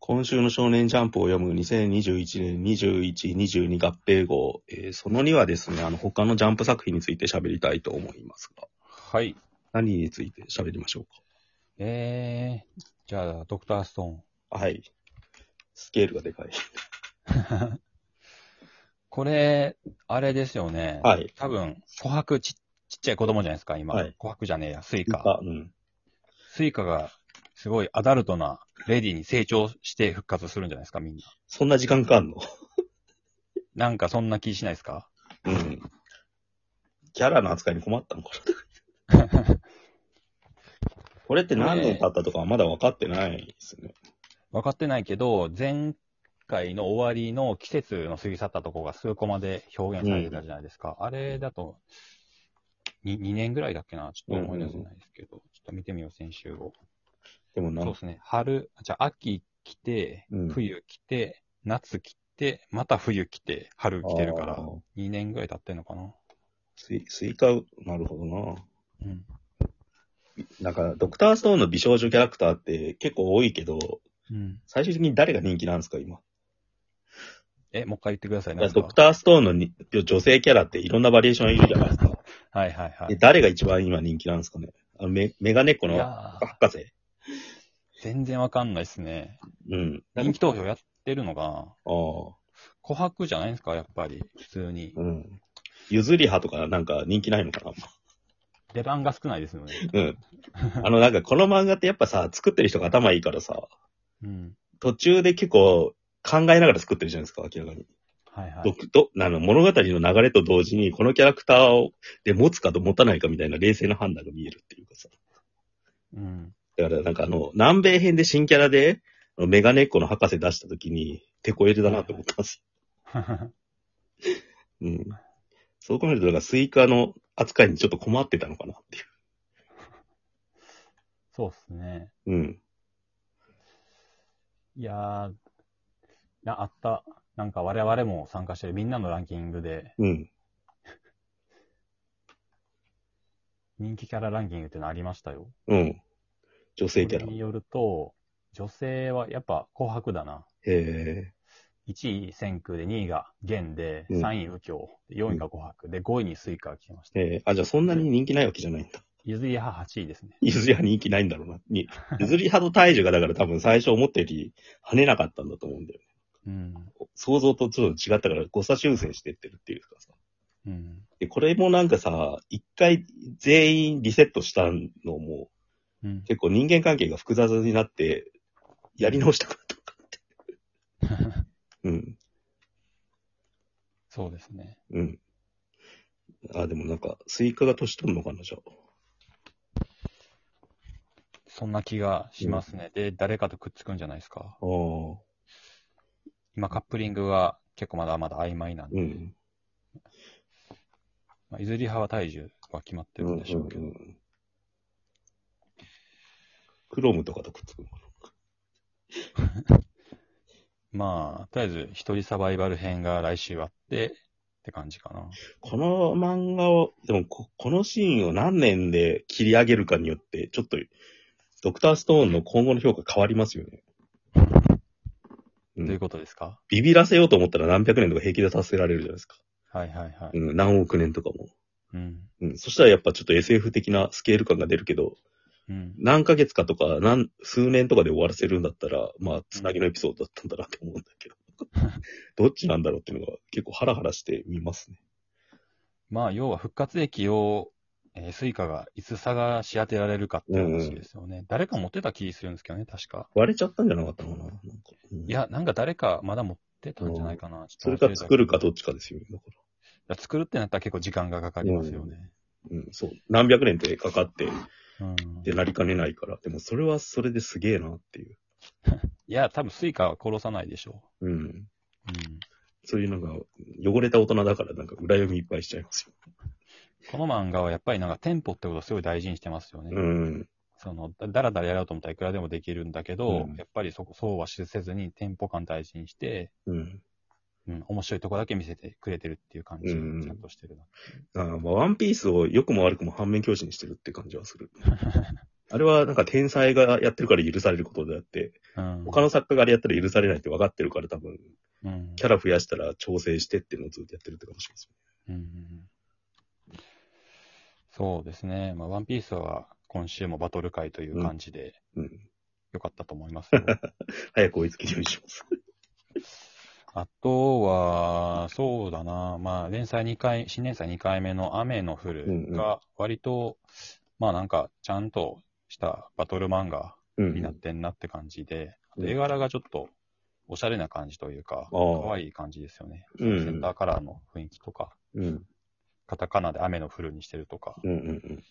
今週の少年ジャンプを読む2021年21、22合併号、えーその2はですね、あの、他のジャンプ作品について喋りたいと思いますが、はい。何について喋りましょうえー、じゃあ、ドクターストか。はい。スケールがでかい。ーン。これ、あれですよね。はい。多分、琥珀ち、ちっちゃい子供じゃないですか、今。はい琥珀じゃねえや、スイあカ。、うん。スイカが、すごいアダルトなレディに成長して復活するんじゃないですか、みんな。そんな時間かかんのなんかそんな気しないですかうん。キャラの扱いに困ったのかな これって何年経ったとかはまだ分かってないですね。分かってないけど、前回の終わりの季節の過ぎ去ったとこが数コマで表現されてたじゃないですか。あれだと2、2年ぐらいだっけなちょっと思い出せないですけど、ちょっと見てみよう、先週を。でもなそうですね。春、じゃあ秋来てうん、冬来て、夏来て、また冬来て、春来てるかあらー、 2年ぐらい経ってんのかな。スイ、スイカ、なるほどな。うん。なんか、ドクターストーンの美少女キャラクターって結構多いけど、うん、最終的に誰が人気なんですか、今。え、もう一回言ってください。だからねドクターストーンのに女性キャラっていろんなバリエーションいるじゃないですか。はいはいはでい。誰が一番今人気なんですかね。あのメメガネっ子いの博や士。ー全然わかんないですね。うん。あ人気投票やってるのが、あー。琥珀じゃないですか、やっぱり、普通に。うん。ゆずりはとかなんか人気ないのか 出番が少ないですよね。な。うん。あの、なんかこの漫画ってやっぱさ、作ってる人が頭いいからさ、うん。途中で結構考えながら作ってるじゃないですか、明らかに。はいはどい。どあの物語の流れと同時に、このキャラクターをで持つかと持たないかみたいな冷静な判断が見えるっていうかさ。うん。 だからなんかあの、南米編で新キャラで、あのメガネっ子の博士出した時に、テコ入れだなと思ったんですよ。うん。そう考えると、だからスイカの扱いにちょっと困ってたのかなっていそうっすね。う。うん。いやー、な、あった。なんか我々も参加してるみんなのランキングで、うん。人気キャラランキングってのありましたよ。うん。女性キャこラ。れへによると、女性はやっぱ紅白だな。え。 1位千空で2位が玄で、うん3位右京、4位が紅白で、5位にスイカが来てました。ええあ、じゃあそんなに人気ないわけじゃないんだ。 ゆずりは8位ですね。ゆずりは人気ないんだろうな。にゆずり派の体重がだから多分最初思ったより跳ねなかったんだと思うんだよ。うん。想像とちょっと違ったから誤差修正してってるっていうかさ。うん。で、これもなんかさ、一回全員リセットしたのも、うん。結構人間関係が複雑になって、やり直したかったのかって。 うん、そうですね。うん。あ、でもなんか、スイカが年取るのかな、じゃあ。そんな気がしますね。で、誰かとくっつくんじゃないですか。ああ、今、カップリングが結構まだまだ曖昧なんで、うん。まあ、いずり派は体重は決まってるんでしょうけど、んんんクロムとかとくっつくのかな。まあ、とりあえず、一人サバイバル編が来週あって、って感じかな。この漫画を、でもこ、このシーンを何年で切り上げるかによって、ちょっと、ドクターストーンの今後の評価変わりますよね。う、というんことですかビビらせようと思ったら何百年とか平気で達せられるじゃないですか。はいはいはい。うん、何億年とかも。うん。うん、そしたらやっぱちょっと SF 的なスケール感が出るけど、うん。何ヶ月かとか、何、数年とかで終わらせるんだったら、まあ、つなぎのエピソードだったんだなと思うんだ けど。どっちなんだろうっていうのが結構ハラハラして見ますね。まあ、要は復活駅を、えースイカがいつ探し当てられるかって話ですよね。誰か持ってた気するんですけどね、確か。割れちゃったんじゃなかったかななんか、うんいや、なんか誰かまだ持ってたんじゃないかな。ちそょっれと忘かた作るかどっちかですよ、ね。だかいや作るってなったら結構時間がかかりますよね。ら。うん、そう。何百年ってかかって、うん。で、なりかねないから。でも、それはそれですげえなっていう。いや、多分スイカは殺さないでしょうん。う。うん。そういうのが、汚れた大人だから、なんか、羨みいっぱいしちゃいますよ。この漫画はやっぱりなんかテンポってことをすごい大事にしてますよね。うん。その、だだらだらやろうと思ったらいくらでもできるんだけど、うんやっぱりそこ、そうはせずにテンポ感大事にして、うん。うん、面白いとこだけ見せてくれてるっていう感じ、うんちゃんとしてるな。あーまあ、ワンピースを良くも悪くも反面教師にしてるって感じはする。あれはなんか天才がやってるから許されることであって、うん。他の作家があれやったら許されないって分かってるから多分、うんキャラ増やしたら調整してっていうのをずっとやってるって感じですうんそうですね。まあ、ワンピースは今週もバトル会という感じで、よね。うん。よかったと思います よ。早く追いつけるようにします。あとは、そうだな。まあ、連載2回、新連載2回目の雨の降うんうるんが、割と、まあなんか、ちゃんとしたバトル漫画うになっん。てんなって感じで、あとうん絵柄がちょっと、おしゃれな感じというか、あ可ー愛い感じですよね。うセンんタ。ーカラーの雰囲気とか、うん。カタカナで雨の降るにしてるとか、うん。うん。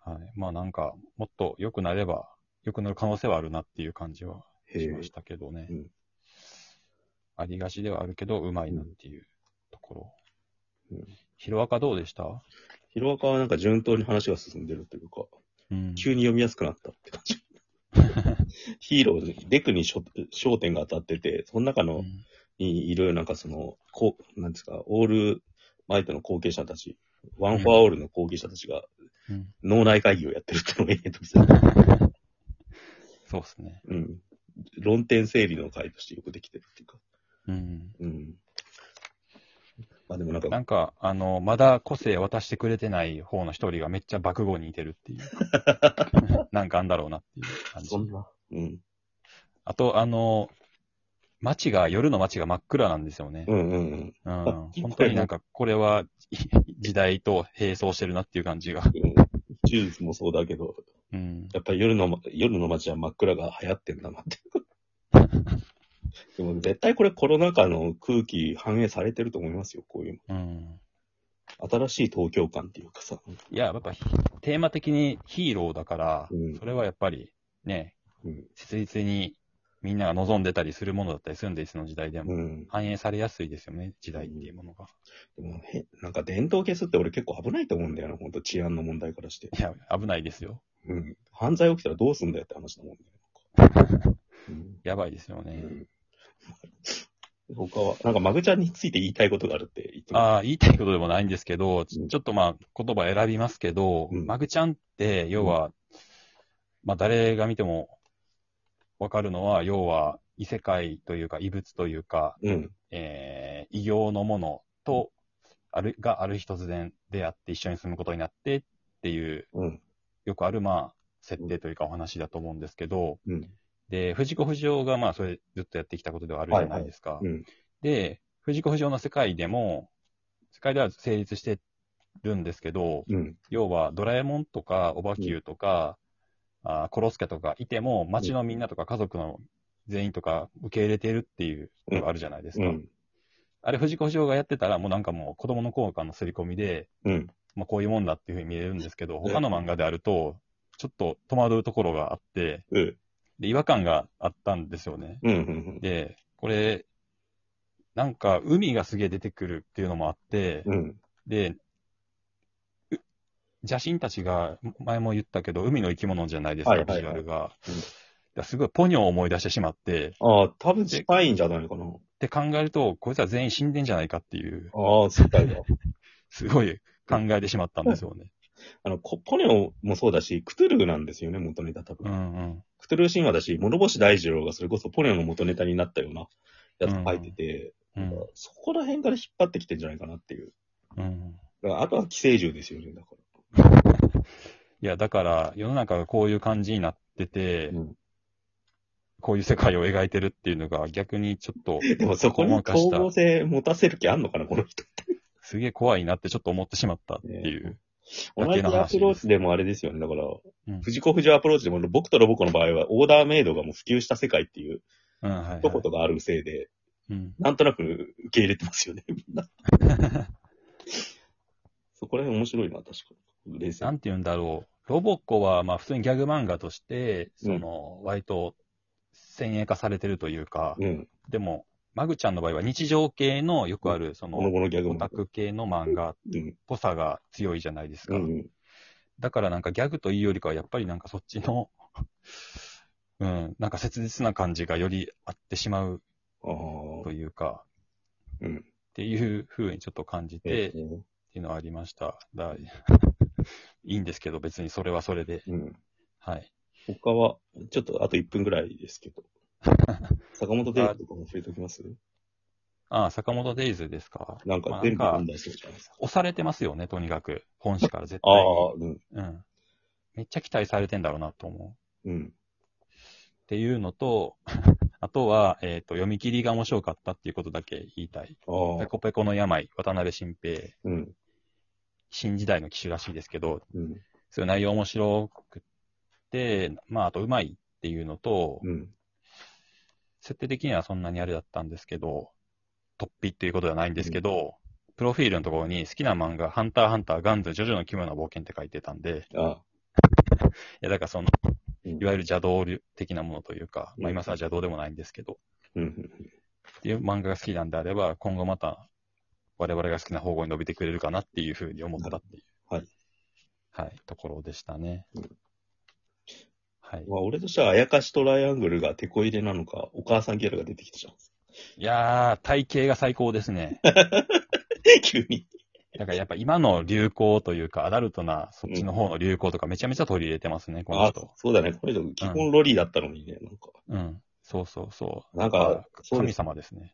はい。まあなんか、もっと良くなれば、良くなる可能性はあるなっていう感じはへしえま。したけどね。うんありがちではあるけど、うまいなっていうところ。うんヒロアカどうでしたヒロアカはなんか順当に話が進んでるというか、うん。急に読みやすくなったって感じ。ヒーローに、デクにしょ焦点が当たってて、その中のにいる、なんかその、こう、なんですか、オールマイトの後継者たち、ワンフォアオールの後継者たちがうん脳内会議をやってるってのがええとして、そうですね。うん。論点整理の会としてよくできてるっていうか、うん。うん。まあでもなんなか、んか、あの、まだ個性渡してくれてない方の一人がめっちゃ爆豪に似てるっていう。 なんかあんだろうなっていう感じそ。んな、うん。あと、あの、街が、夜の街が真っ暗なんですよね。うんうんうん。うんあ聞いたよ本当になんか、これは 時代と並走してるなっていう感じが。うん手術もそうだけど、うん。やっぱり夜の、夜の街は真っ暗が流行ってんだな って。でも絶対これコロナ禍の空気反映されてると思いますよ、こういううん。の。新しい東京感っていうかさ。いや、やっぱ、テーマ的にヒーローだから、うんそれはやっぱり、ね、うん。切実にみんなが望んでたりするものだったりするんで、いつの時代でも。うん。で反映されやすいですよね、時代っていうものが。もへ、なんか伝統消すって俺結構危ないと思うんだよな、ほんと治安の問題からして。いや、危ないですよ。うん。犯罪起きたらどうすんだよって話だもんね。うんやばいですようね。ん。他は、なんかマグちゃんについて言いたいことがあるって言ってまああ、言いたいことでもないんですけど、ちうんちょっとまあ、言葉選びますけど、うんマグちゃんって、要は、まあ、誰が見てもわかるのは、要は、異世界というか、異物というか、す。うん。えー異形のものと、ある、がある日突然出会って一緒に住むことになってっていう、うん。よくある、まあ、設定というかお話だと思うんですけど、うん。で、藤子不二雄がまあ、それずっとやってきたことではあるじゃないですか。うん。で、藤子不二雄の世界でも、世界では成立してるんですけど、うん。要はドラえもんとか、オバキューとか、あーコロスケとかいても、街のみんなとか家族の全員とか受け入れてるっていうのがあるじゃないですうか。ん。あれ藤子不二雄がやってたら、もうなんかもう子供の頃からの刷り込みで、うん。まあこういうもんだっていうふうに見えるんですけど、他の漫画であると、ちょっと戸惑うところがあって、うん。で、違和感があったんですよね。うんうんで、これ、なんか海がすげえ出てくるっていうのもあって、うん。うん。で、う邪神たちが、前も言ったけど、海の生き物じゃないですか、はいビはいはいジュアルがうん。だすごいポニョを思い出してしまって、ああ、多分近いんじゃないかな。って考えると、こいつは全員死んでんじゃないかっていう、ああ、世界が。すごい考えてしまったんですよね。 あの、コポニョもそうだし、クトゥルフなんですよね、元ネタ多う分。んうん。クトゥルフ神話だし、諸星大二郎がそれこそポニョの元ネタになったようなやつ書いてて、うんそこら辺から引っ張ってきてんじゃないかなっていう。うん、だからあとは寄生獣ですよね、だかいや、だから、世の中がこういう感じになってて、うんこういう世界を描いてるっていうのが逆にちょっと、ら。でもそこにごまかし統た合性持たせる気あんのかな、この人。すげえ怖いなってちょっと思ってしまったっていう。同だじけの話ですアプローチでもあれですよね、だから、ん藤子不二雄アプローチでも、僕とロボコの場合は、オーダーメイドがもう普及した世界っていううん、はい、はい。一言があるせいで、うん。なんとなく受け入れてますよ ね、みんな。そこら辺面白いな、確かに。冷静なんて言うんだろう。ロボコは、まあ普通にギャグ漫画として、その、割と先鋭化されてるというか、うん。でも、マグちゃんの場合は日常系のよくある、そこのの、後のギャグオもタ。ク系の漫画っうん。ぽさが強いじゃないですうか。ん。だからなんかギャグというよりかは、やっぱりなんかそっちの、 うん、なんか切実な感じがよりあってしまうああと。いうか、うん。っていう風にちょっと感じて、 っていうのはありました。だいいんですけど、別にそれはそれで。うん。はい。他は、ちょっとあと1分ぐらいです けど。坂本デイズとかも触れておきますああ、坂本デイズですか。なんまかあ全部なんか判断するじゃないですか。押されてますよね、とにかく。本誌から絶あ対あ、うん。に。うん。めっちゃ期待されてんだろうなと思う。うん。っていうのと、 あとは、えっ、と、読み切りが面白かったっていうことだけ言いたい。あペあ、コペコの病、渡辺新平、うん。新時代の騎手らしいですけど、うん。そういう内容面白くって、まあ、あとうまいっていうのと、うん。設定的にはそんなにあれだったんですけど、突飛っていうことではないんですけど、プロフィールのところに好きな漫画、ハンターハンター、ガンズ、ジョジョの奇妙な冒険って書いてたんで、ああ、いや、だからその、うんいわゆる邪道的なものというか、うまんあ今更邪道でもないんですけど、うん。っていう漫画が好きなんであれば、今後また我々が好きな方向に伸びてくれるかなっていうふうに思ったっていう。はい。はい、ところでしたね。うんはい。まあ、俺としては、あやかしトライアングルがテこ入れなのか、お母さんギャルが出てきたじゃん。 いやー、体型が最高ですね。急に。だからやっぱ今の流行というか、アダルトな、そっちの方の流行とかめちゃめちゃ取り入れてますね、こあのあ人。、そうだね。この人、基本ロリーだったのにね、なんか。うん。そうそうそう。なんかだらそうで神す様ですね。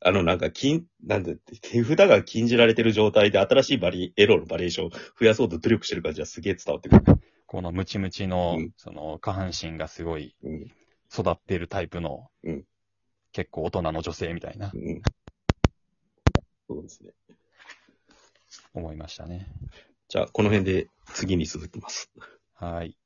あの、なんか、禁、なんで、手札が禁じられてる状態で、新しいバリ、エロのバリエーションを増やそうと努力してる感じはすげえ伝わってくる。このムチムチのうん、その、下半身がすごいうん。育っているタイプの、うん結構大人の女性みたいなう、ん。そうですね。思いましたね。じゃあ、この辺で次に続きます。はい。